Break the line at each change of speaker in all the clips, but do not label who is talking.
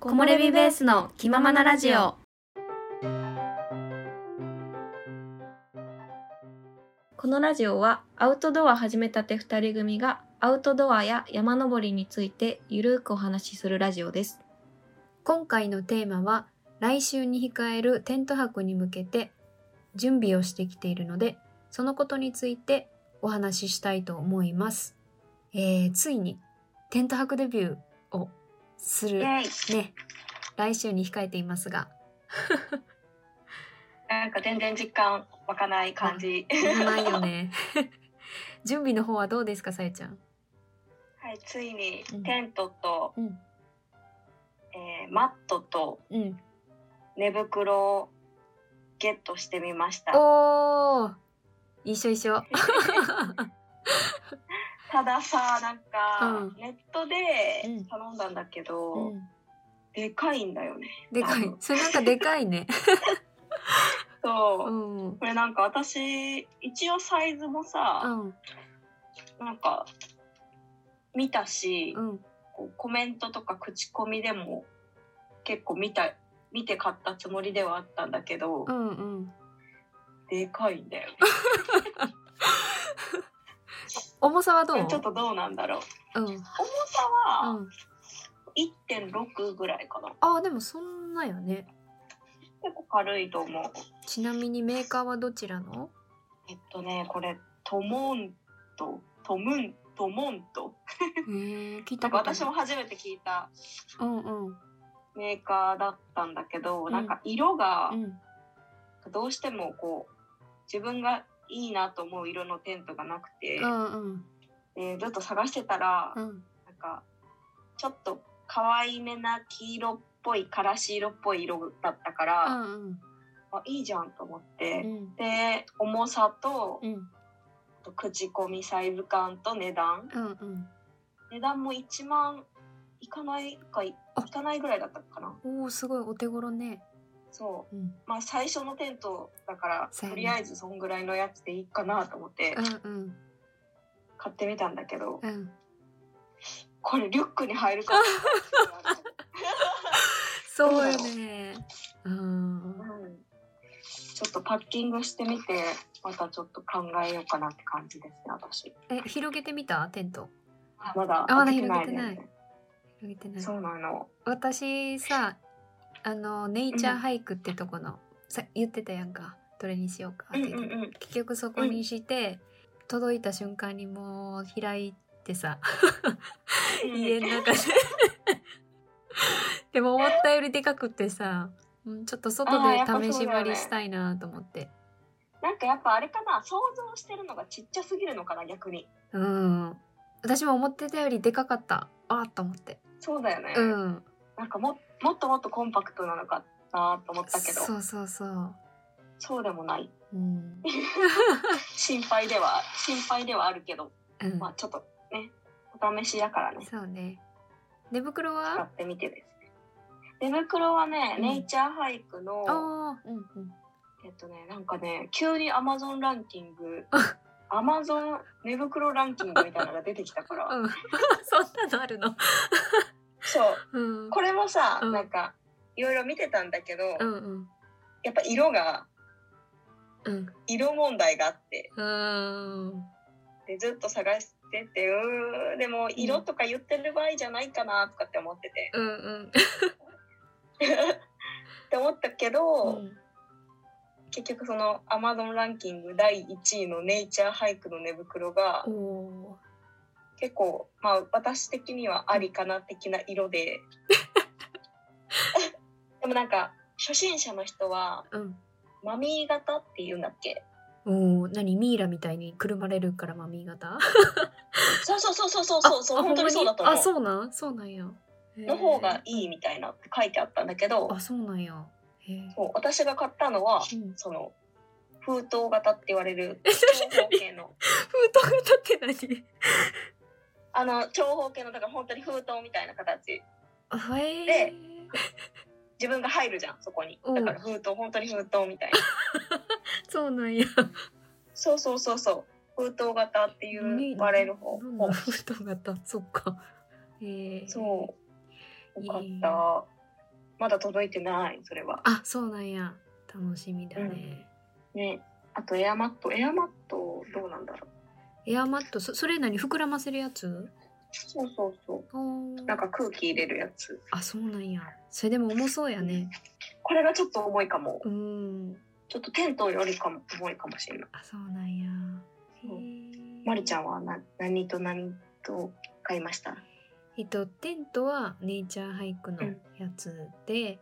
木漏れ日ベースの気ままなラジオ
このラジオはアウトドア始めたて2人組がアウトドアや山登りについてゆるーくお話しするラジオです。
今回のテーマは来週に控えるテント泊に向けて準備をしてきているのでそのことについてお話ししたいと思います、えー、ついにテント泊デビューをするね来週に控えていますが
なんか全然実感湧かない感じ。
ないよね 準備の方はどうですかさえちゃん
はい、ついに
うん
テントと、
うん
えーマットと
うん
寝袋をゲットしてみました。
おー一緒一緒
たださ、なん
う
か
ん
ネット
うん
で頼んだんだけど、
うん
でかいんだよね。
でか
あ
い
の
それなんかでかい ね
そうう。
んうん
これなんか私一応サイズもさ、なんか見たし、
うん
こうコメントとか口コミでも結構見た見て買ったつもりではあったんだけど、
うんうん
でかいんだよね。
重さはどう？
ちょっとどうなんだろう。
うんう
重さは
ん。
1.6ぐらいかな。
あーでもそんなよね。
結構軽いと思う。
ちなみにメーカーはどちらの？
えっとね、これトモント、トムン、トモント。
えー、聞い
な
た
んか
ことない。
私も初めて聞いた
うんうんうん
メーカーだったんだけど、
ん
なんか色がどうしてもこう自分がいいなと思う色のテントがなくて
う、んうん
でずっと探してたら、
うん。
なんかちょっと可愛めな黄色っぽいからし色っぽい色だったか
う
ら、
んうん
あいいじゃんと思って。
うん
で重さと
うん
あと口コミサイズ感と値段
うんうん
値段も1万いかないかい
あ
いかないぐらいだったかな
おおすごいお手頃ね。
そう
うん
まあ最初のテントだから
そうや
と
ね
りあえずそんぐらいのやつでいいかなと思って
うんうん
買ってみたんだけど
うん。
これリュックに 入るかもし
そうよね。うん
れ。ない、うん、ちょっとパッキングしてみてまたちょっと考えようかなって感じですね私
え広げてみたテント？
まだ
あまだ
開けてない
広げてない
ですね
広げてない。
そうなの
私さあのネイチャー
うん
ハイクってとこの、さ言ってたやんかどれにしようかっ
う
て
ん
言
う
って
んうん
結局そこにして、届いた瞬間にもう開いてさ、家の中ででも思ったよりでかくてさうんちょっと外
あーやっぱそうだよ
で
ね
試し張りしたいなと思って
なんかやっぱあれかな想像してるのがちっちゃすぎるのかな逆に
うん私も思ってたよりでかかったあーと思って
そうだよね、
うん
なんかももっともっとコンパクトなのかなと思ったけどそ
そううそうそう
でもない
うん、
心配では心配ではあるけど、
うん、
まあちょっとねお試しだからね
そうね寝袋
使
は
ってみてですね寝袋はね、
うん
ネイチャーハイクの
ああ、うんうん。
えっとねなんかね急にアマゾンランキングアマゾン寝袋ランキングみたいなのが出てきたから、
うん、 そんなのあるの。
そう
うん。
これもさ、
うん
なんかいろいろ見てたんだけど、
うんうん。
やっぱ色が
うん。
色問題があって
うん。
でずっと探しててうーでも色とか言ってる場合じゃないかなとかって思ってて、
うんうん。
って思ったけど、
うん
結局そのアマゾンランキング第1位のネイチャーハイクの寝袋が
おお
結構まあ私的にはありかな的な色で でもなんか初心者の人は
ー。うん。
マミー型っていうんだっけ
おお、なにミイラみたいにくるまれるからマミー型。
そうそうそうそうそうそうそう
あ
本当にそうだと
あ、
思う
そうなん、そうなんや。へー
の方が。いいみたいなって書いてあったんだけど
あ、そうなんや。へえ。
そう私が買ったのは
うん
その封筒型って言われる長方形の
封筒型って何。
あの長方形のだから本当に封筒みたいな形
あ、へえ
で。自分が入るじゃんそこに
うん
だから封筒本当に封筒みたいな
そうなんや。
そうそうそうそう封筒型って言われる方
なんだ封筒型、そっか。へえ。
そう
いい
よかったまだ届いてない、それは。
あそうなんや楽しみだね、
ね。あとエアマット。エアマット、どうなんだろう。
エアマットそそれ何膨らませるやつ
そうそうそ
おー
う。なんか空気入れるやつ。
あそうなんやそれでも重そうやね
これがちょっと重いかも。
うん
ちょっとテントよりかも重いかもしれない。
あそうなんや
そ
へ
う
ー
まるちゃんはな何と何と買いました
えっとテントはネイチャーハイクのやつで、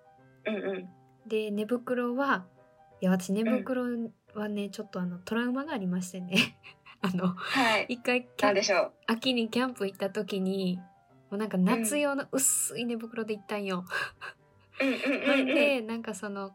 うんうん。
で寝袋はいや私寝袋はね、ちょっとあのトラウマがありましてね あの
はい。
一回キャ
な
ン
んでしょう。
秋にキャンプ行った時にもうなんか夏用の薄い寝袋で行ったんよ。
うんうん
な
うんんうん。
でなんかその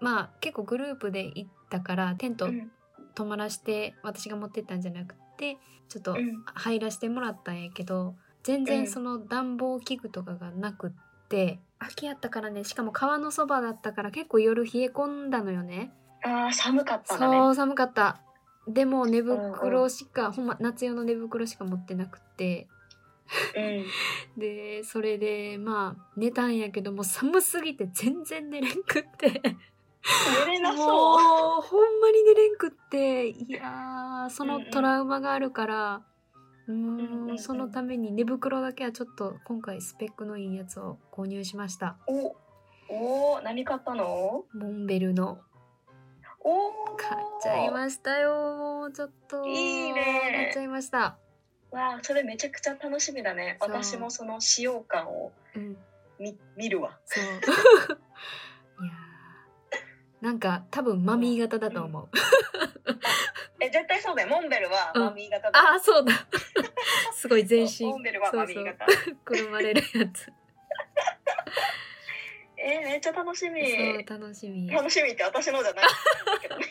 まあ結構グループで行ったからテント
うん
泊まらして私が持ってったんじゃなくてちょっと
うん
入らしてもらったんやけど全然その暖房器具とかがなくって秋やったからねしかも川のそばだったから結構夜冷え込んだのよね。
ああ、寒かったんだね。
そう寒かったでも寝
うんう
袋しか、ほんま夏用の寝袋しか持ってなくて
うん。
でそれでまあ寝たんやけどもう寒すぎて全然寝れんくって
寝れ
も
な
う
そう。
ほんまに寝れんくっていやーそのトラウマがあるからうーん
うんうんうん
そのために寝袋だけはちょっと今回スペックのいいやつを購入しました
お、おー、何買ったの？
モンベルの
おー、
買っちゃいましたよもうちょっと
いいね
買っちゃいました
わあ、それめちゃくちゃ楽しみだね。
そう
私もその使用感を
うん
見見るわ。
そういやーなんか多分マミー型だと思う、
え、絶対そうだよ。モンベルは
うん
マミー型だ。
ああそうだすごい全身
モンベルはマミー型。
くるまれるやつ。
えー、めっちゃ楽しみ。
そう楽しみ。
楽しみって私のじゃない。けどね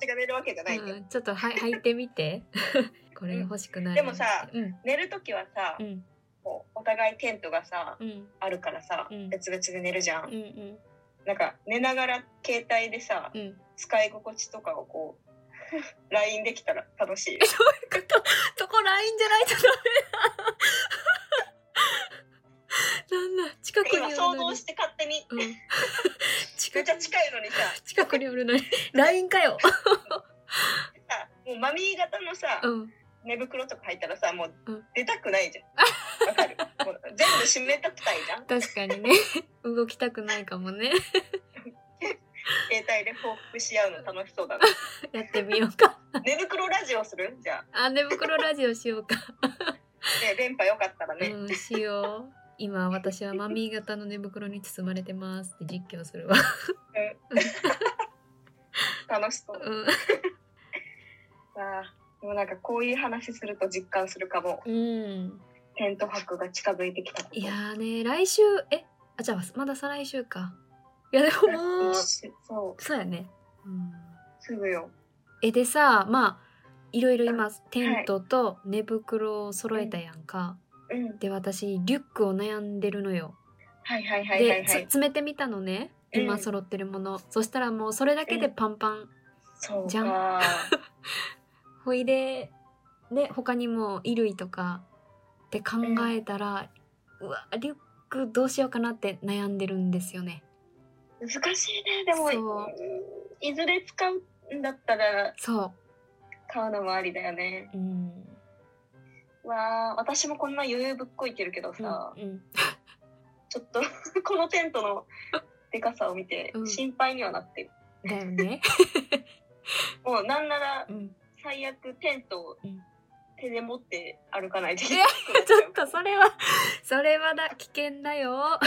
私が寝るわけじゃないけど。
うん、ちょっとは履いてみて。 これ欲しくなる。
でもさ
うん
寝るときはさ、
うん
こうお互いテントがさ
うん
あるからさ、
うん
別々で寝るじゃん、
うん うん
なんか寝ながら携帯でさ、
うん。どういう
使い心地とかをこう LINE できたら楽しい
こと？そこラインじゃないとダメだ。 なんだ近くにお
今
る
想
の
像
に
し。て勝手に
うん。
め
近
っちゃ
く
近いのにさ
近くにおるのに ラインか よ。
さもうマミー型のさ、
うん。
寝袋とか入ったらさもう
うん
出たくないじゃ んわかるもう全部湿ったくたいじゃん
確かにね。動きたくないかもね。
携帯で報復し合うの楽しそうだ な
やってみようか。
寝袋ラジオするじゃあ
あ寝袋ラジオしようか。
で電波よかったらね、
うん、しよう。今私はマミー型の寝袋に包まれてますって実況するわ。
楽しそう
うん
わあでもなんかこういう話すると実感するかも
うん。
テント泊が近づいてきたこと
いやーね、来週、え、あ、じゃあまだ再来週か。いやでもも
う
う、
んそう
そうやね。うん、
すぐよ
え、でさ、まあ、いろいろ今、テントと寝袋を揃えたやんか。
うん
で、私、リュックを悩んでるのよ。
はいはいはいはい
で、つ
はい
詰めてみたのね。今
うん
揃ってるもの。そしたらもうそれだけでパンパン。
そう
じゃん
か
ほいでね他にも衣類とかって考えたら、うわリュックどうしようかなって悩んでるんですよね。
難しいねでも
そう
いずれ使うんだったら
そ
買うのもありだよね
う、うん
わあ私もこんな余裕ぶっこいてるけど
うん
さ、
うん
ちょっと このテントのでかさを見て
うん
心配にはなってる、
だよね。
もうなんなら
うん、
最悪テントを
うん
手で持って歩かないとい
え
けな い
ちょっとそれはそれはだ危険だよ。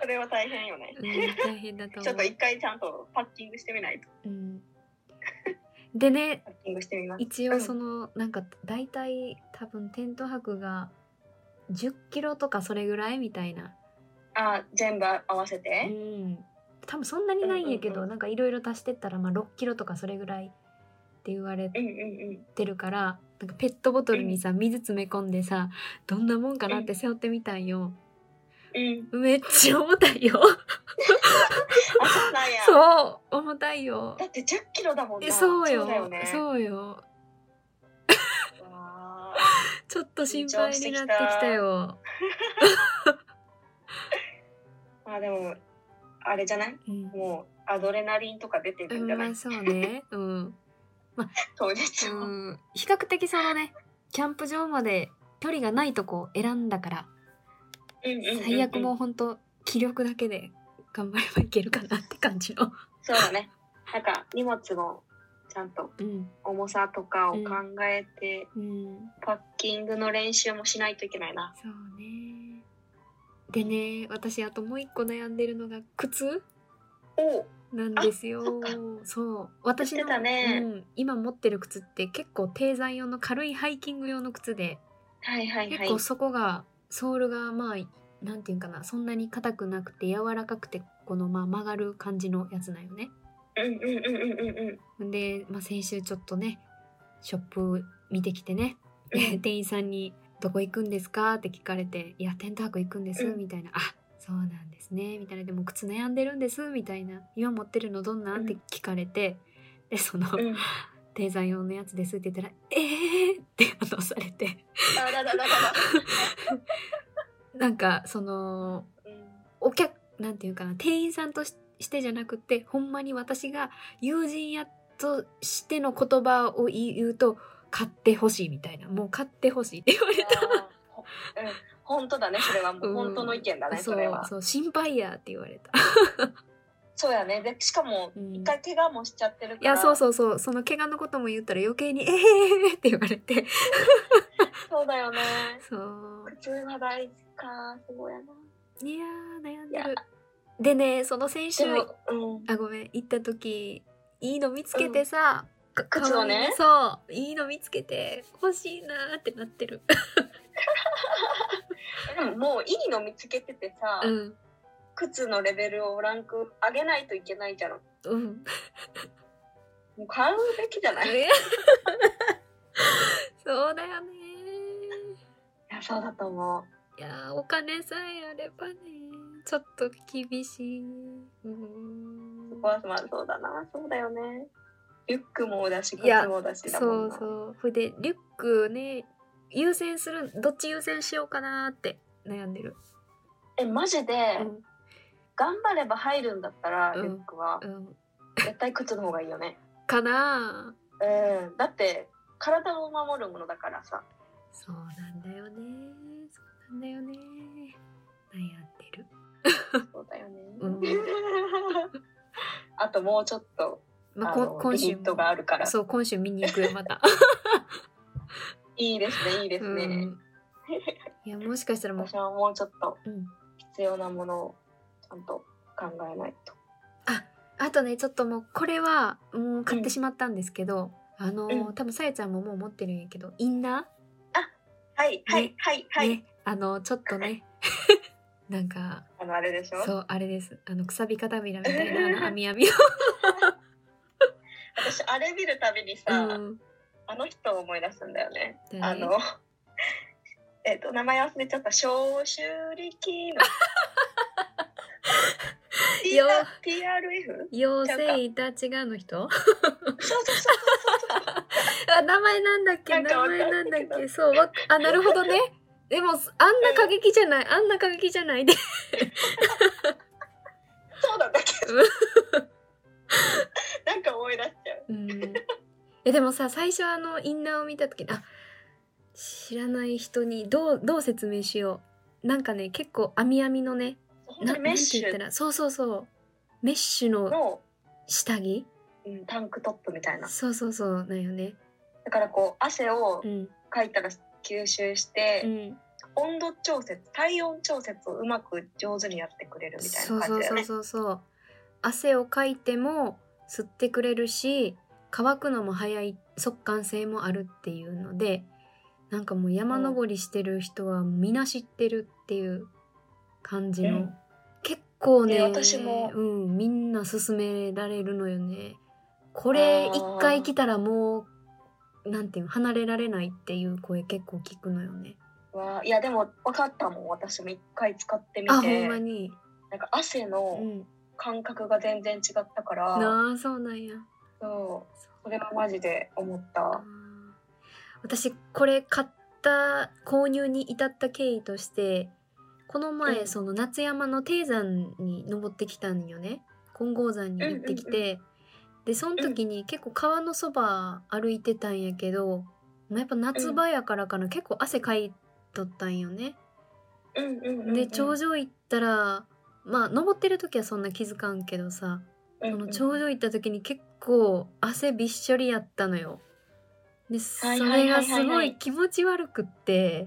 それは大変よね
うん、大変だと
ち
思
ょっと
う
一回ちゃんとパッキングしてみないと。
うん、でね
パッキングしてみます。
一応その、なんか大体多分テント泊が10キロとかそれぐらいみたいな
あ、全部合わせて。
うん、多分そんなにないんやけど、
うんうんうん
なんかいろいろ足してったら、まあ、6キロとかそれぐらいって言われ
うんうん
てるからなんかペットボトルにさ水詰め込んでさどんなもんかなって背負ってみたんよ、
うん。 うん。
めっちゃ重たいよ
あ、そうなんや。
そう重たいよ
だって10キロだもん
え
な。
そうよ
だよね。
そうよ
わ
ちょっと心配になってきたよ
ーまあでもあれじゃない
うん
もうアドレナリンとか出てるんじゃな
ま
い、
あそうね。うん。
当日
う
も、
ん。比較的そのね、キャンプ場まで距離がないとこを選んだから、
うんうんうんうん
最悪もうほんと気力だけで頑張ればいけるかなって感じの。
そうだねなんか荷物もちゃんと
うん。
重さとかを考えて、
うん。
パッキングの練習もしないといけないな
そうね。でね、私あともう一個悩んでるのが靴
お
なんですよ
あそっか。
そう。私の
言ってたね
うん、今持ってる靴って結構低山用の軽いハイキング用の靴で、
はいはいは
結
い
構そこがソールがまあなんていうんかなそんなに硬くなくて柔らかくてこのまあ曲がる感じのやつなんよね。
うんうんうんうんうんうん
で、まあ、先週ちょっとねショップ見てきてね
うん
店員さんに「どこ行くんですか?」って聞かれて「いやテント泊行くんです」
うん
みたいな「あそうなんですね」みたいな「でも靴悩んでるんです」みたいな「今持ってるのどんな?」
う
っ
ん
て聞かれてでその
うん
「低山用のやつです」って言ったら「えー!」って反応されて
あららららら
なんかそのお客なんていうかな店員さんとししてじゃなくてほんまに私が友人やとしての言葉を言うと買ってほしいみたいなもう買ってほしいって言われた
うん、うん、本当だねそれはも
う
うん本当の意見だね、
そ
それ
う
はそう
そう心配やって言われた、
やねでしかも
うん
一
い
回怪我もしちゃってるから
やそうそうそうその怪我のことも言ったら余計に「ええー!」って言われ て
そうだよね
そう
靴は大事かそうやない
やー悩んでるでねその先週
でも、うん、
あごめん行った時いいの見つけてさ、か
靴をね
かわいいそういいの見つけて欲しいなーってなってる
でももういいの見つけててさ、
うん
靴のレベルをランク上げないといけないじゃんも
うん
う買うべきじゃないい
ね そうだよね
やそうだと思う
いやーお金さえあればねちょっと厳しいうん
そこはまあそうだなそうだよねリュックもだし
いや
靴もだしだも
そ
ん
う
な
そうそれでリュックね優先するどっち優先しようかなーって悩んでる
えマジで、
うん
頑張れば入るんだったら、
うん
リュックは
うん
絶対靴の方がいいよね
かなー
うんだって体を守るものだからさ
そうなんだよね。そうなんだよね。悩んでる。
そうだよね、
うん
あともうちょっと、
まあ、
あ
こ
の
今
リ
週
ミットがあるから
そう、今週見に行くよ、また。
いいですねいい ですね、
うんいや、もしかしたらもう
私、はもうちょっと
うん
必要なものをちゃんと考えないと。
あとね、ちょっともう、これは、もう買ってしまったんですけど。あのー
う
多分さやちゃんももう持ってるんやけど、インナ
はいはいはい
ー。
はい。
ね、あのーちょっとね。 なんか、
あのあれでしょ
そう、あれです。あの、くさびかたびらみたいな、あの、網網を。
私あれ見るたびにさ、
うん
あの人を思い出すんだよね。
誰
あの えっと名前忘れちゃった消臭 力の P-
よ
PRF?
妖精いた違うの人
そうそうそう
あ名前なんだっけ
なんか
名
わかんな
前
い
なんだっ
け
けそうわあなるほどねでもすあんな過激じゃないあんな過激じゃないで
そうなんだけど なんか思い出しちゃ
う
う
んえでもさ最初あのインナーを見た時にあ知らない人にどうどう説明しようなんかね結構網みのね
本
な
当にメッシ
なんて言っ
ュ
たらそうそうそうメッシュの
の、
下着
うん、タンクトップみたいな
そうそうそうなんよね
だからこう汗を
うん
かいたら吸収し
う
て、
ん
温度調節体温調節をうまく上手にやってくれるみたい
そ
な
うそ
感
う
じだよ
そう
ね
そうそう汗をかいても吸ってくれるし乾くのも早い速乾性もあるっていうのでなんかもう山登りしてる人は皆知ってるっていう感じの、
うん
結構ね
ね私も
うん、みんな勧められるのよねこれ
あー
一回来たらもうなんていうの離れられないっていう声結構聞くのよね
わあいやでも分かったもん私も一回使ってみ
あほ
て
んまに、
なんか汗
う
の
ん、
感覚が全然違ったから、
なあそうなんや
そうそれはマジで思った
私これ買った購入に至った経緯としてこの前、
うん
その夏山の低山に登ってきたんよね金剛山に行ってきて、でその時に結構川のそば歩いてたんやけど、まあ、やっぱ夏場やからかな、結構汗かいとったんよね。
うんうんうん
で頂上行ったらまあ登ってる時はそんな気づかんけどさ
うん
そ
うん
の頂上行った時に結構汗びっしょりやったのよ。でそ
はいはいはい
れ
は
が
い
すごい気持ち悪くって。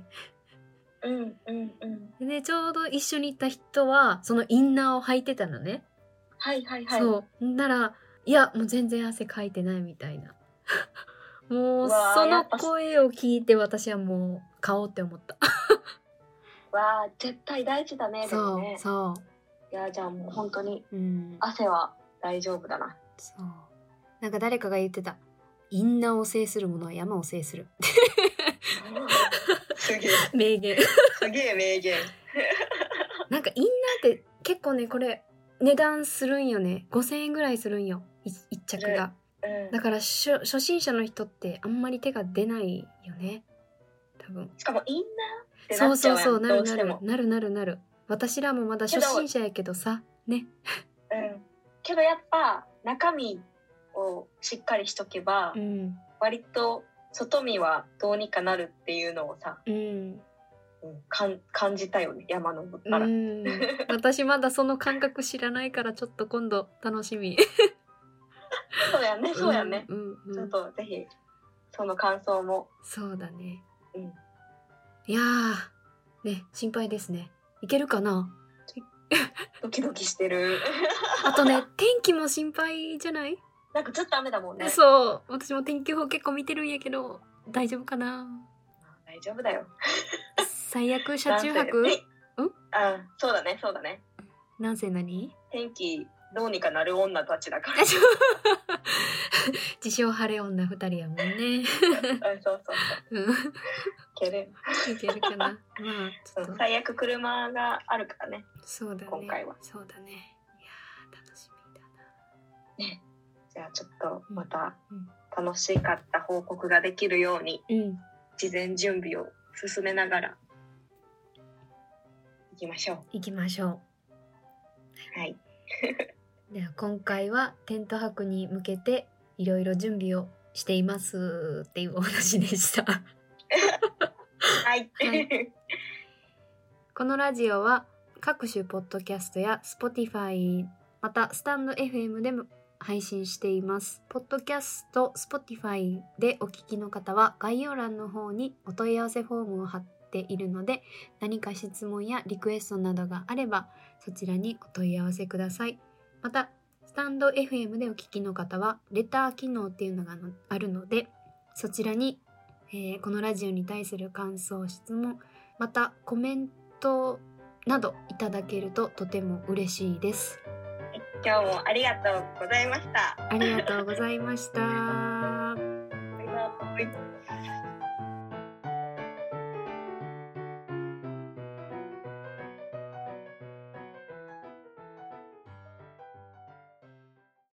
うんうんうん
でねちょうど一緒に行った人はそのインナーを履いてたのね、
はいはいはい
そうほんならいやもう全然汗かいてないみたいな もう
うわー
そ
や
の
っぱ
声を聞いて私はもう買おうって思った
わあ絶対大事だねでも
そう
ね
そ
いやじゃあもう本当に
ううん
汗は大丈夫だな
そうなんか誰かが言ってたインナーを制するものは山を制する
すげえ
名言
すげえ名言
なんかインナーって結構ねこれ値段するんよね5,000円ぐらいするんよい一着が、
うん
だから初初心者の人ってあんまり手が出ないよね多分
しかもインナーって
そ
な
う
っちゃ
そうそう
うや
んな
ど
る
うし
な
て
る
も
なるなるなる私らもまだ初心者やけどさね
うんけどやっぱ中身をしっかりしとけば
うん
割と外見はどうにかなるっていうのをさ、
うん
うん、かん感じたよね山登ったら、
うん 私まだその感覚知らないからちょっと今度楽しみ
そうやねそうやね、
うんうんうん
ちょっとぜひその感想も
そうだね
うん
いやーね心配ですねいけるかな
ドキドキしてる
あとね天気も心配じゃない、
なんかずっと雨だもんね
そう私も天気予報結構見てるんやけど大丈夫かな
大丈夫だよ
最悪車中泊
男性えあそうだねそうだね
なんせ 何
天気どうにかなる女たちだからうんそう
自称晴れ女二人やもんね
そうそう
うん
いける
いけるかなまあち
う
ょっ
ん
と
最悪車があるからね
そうだね
今回は
そうだねいやー楽しみだな
じゃあちょっとまた
うん
楽しかった報告ができるように
うん
事前準備を進めながら行きましょ
行きましょ
うはい、
うでは今回はテント泊に向けていろいろ準備をしていますっていうお話でした
はい、
はい このラジオは各種ポッドキャストや Spotify またスタンド FM でも配信していますポッドキャスト Spotify でお聞きの方は概要欄の方にお問い合わせフォームを貼っているので何か質問やリクエストなどがあればそちらにお問い合わせくださいまたスタンド FM でお聞きの方はレター機能っていうのがあのあるのでそちらに、えーこのラジオに対する感想質問またコメントなどいただけるととても嬉しいです
今日もありがとうございました
ありがとうございました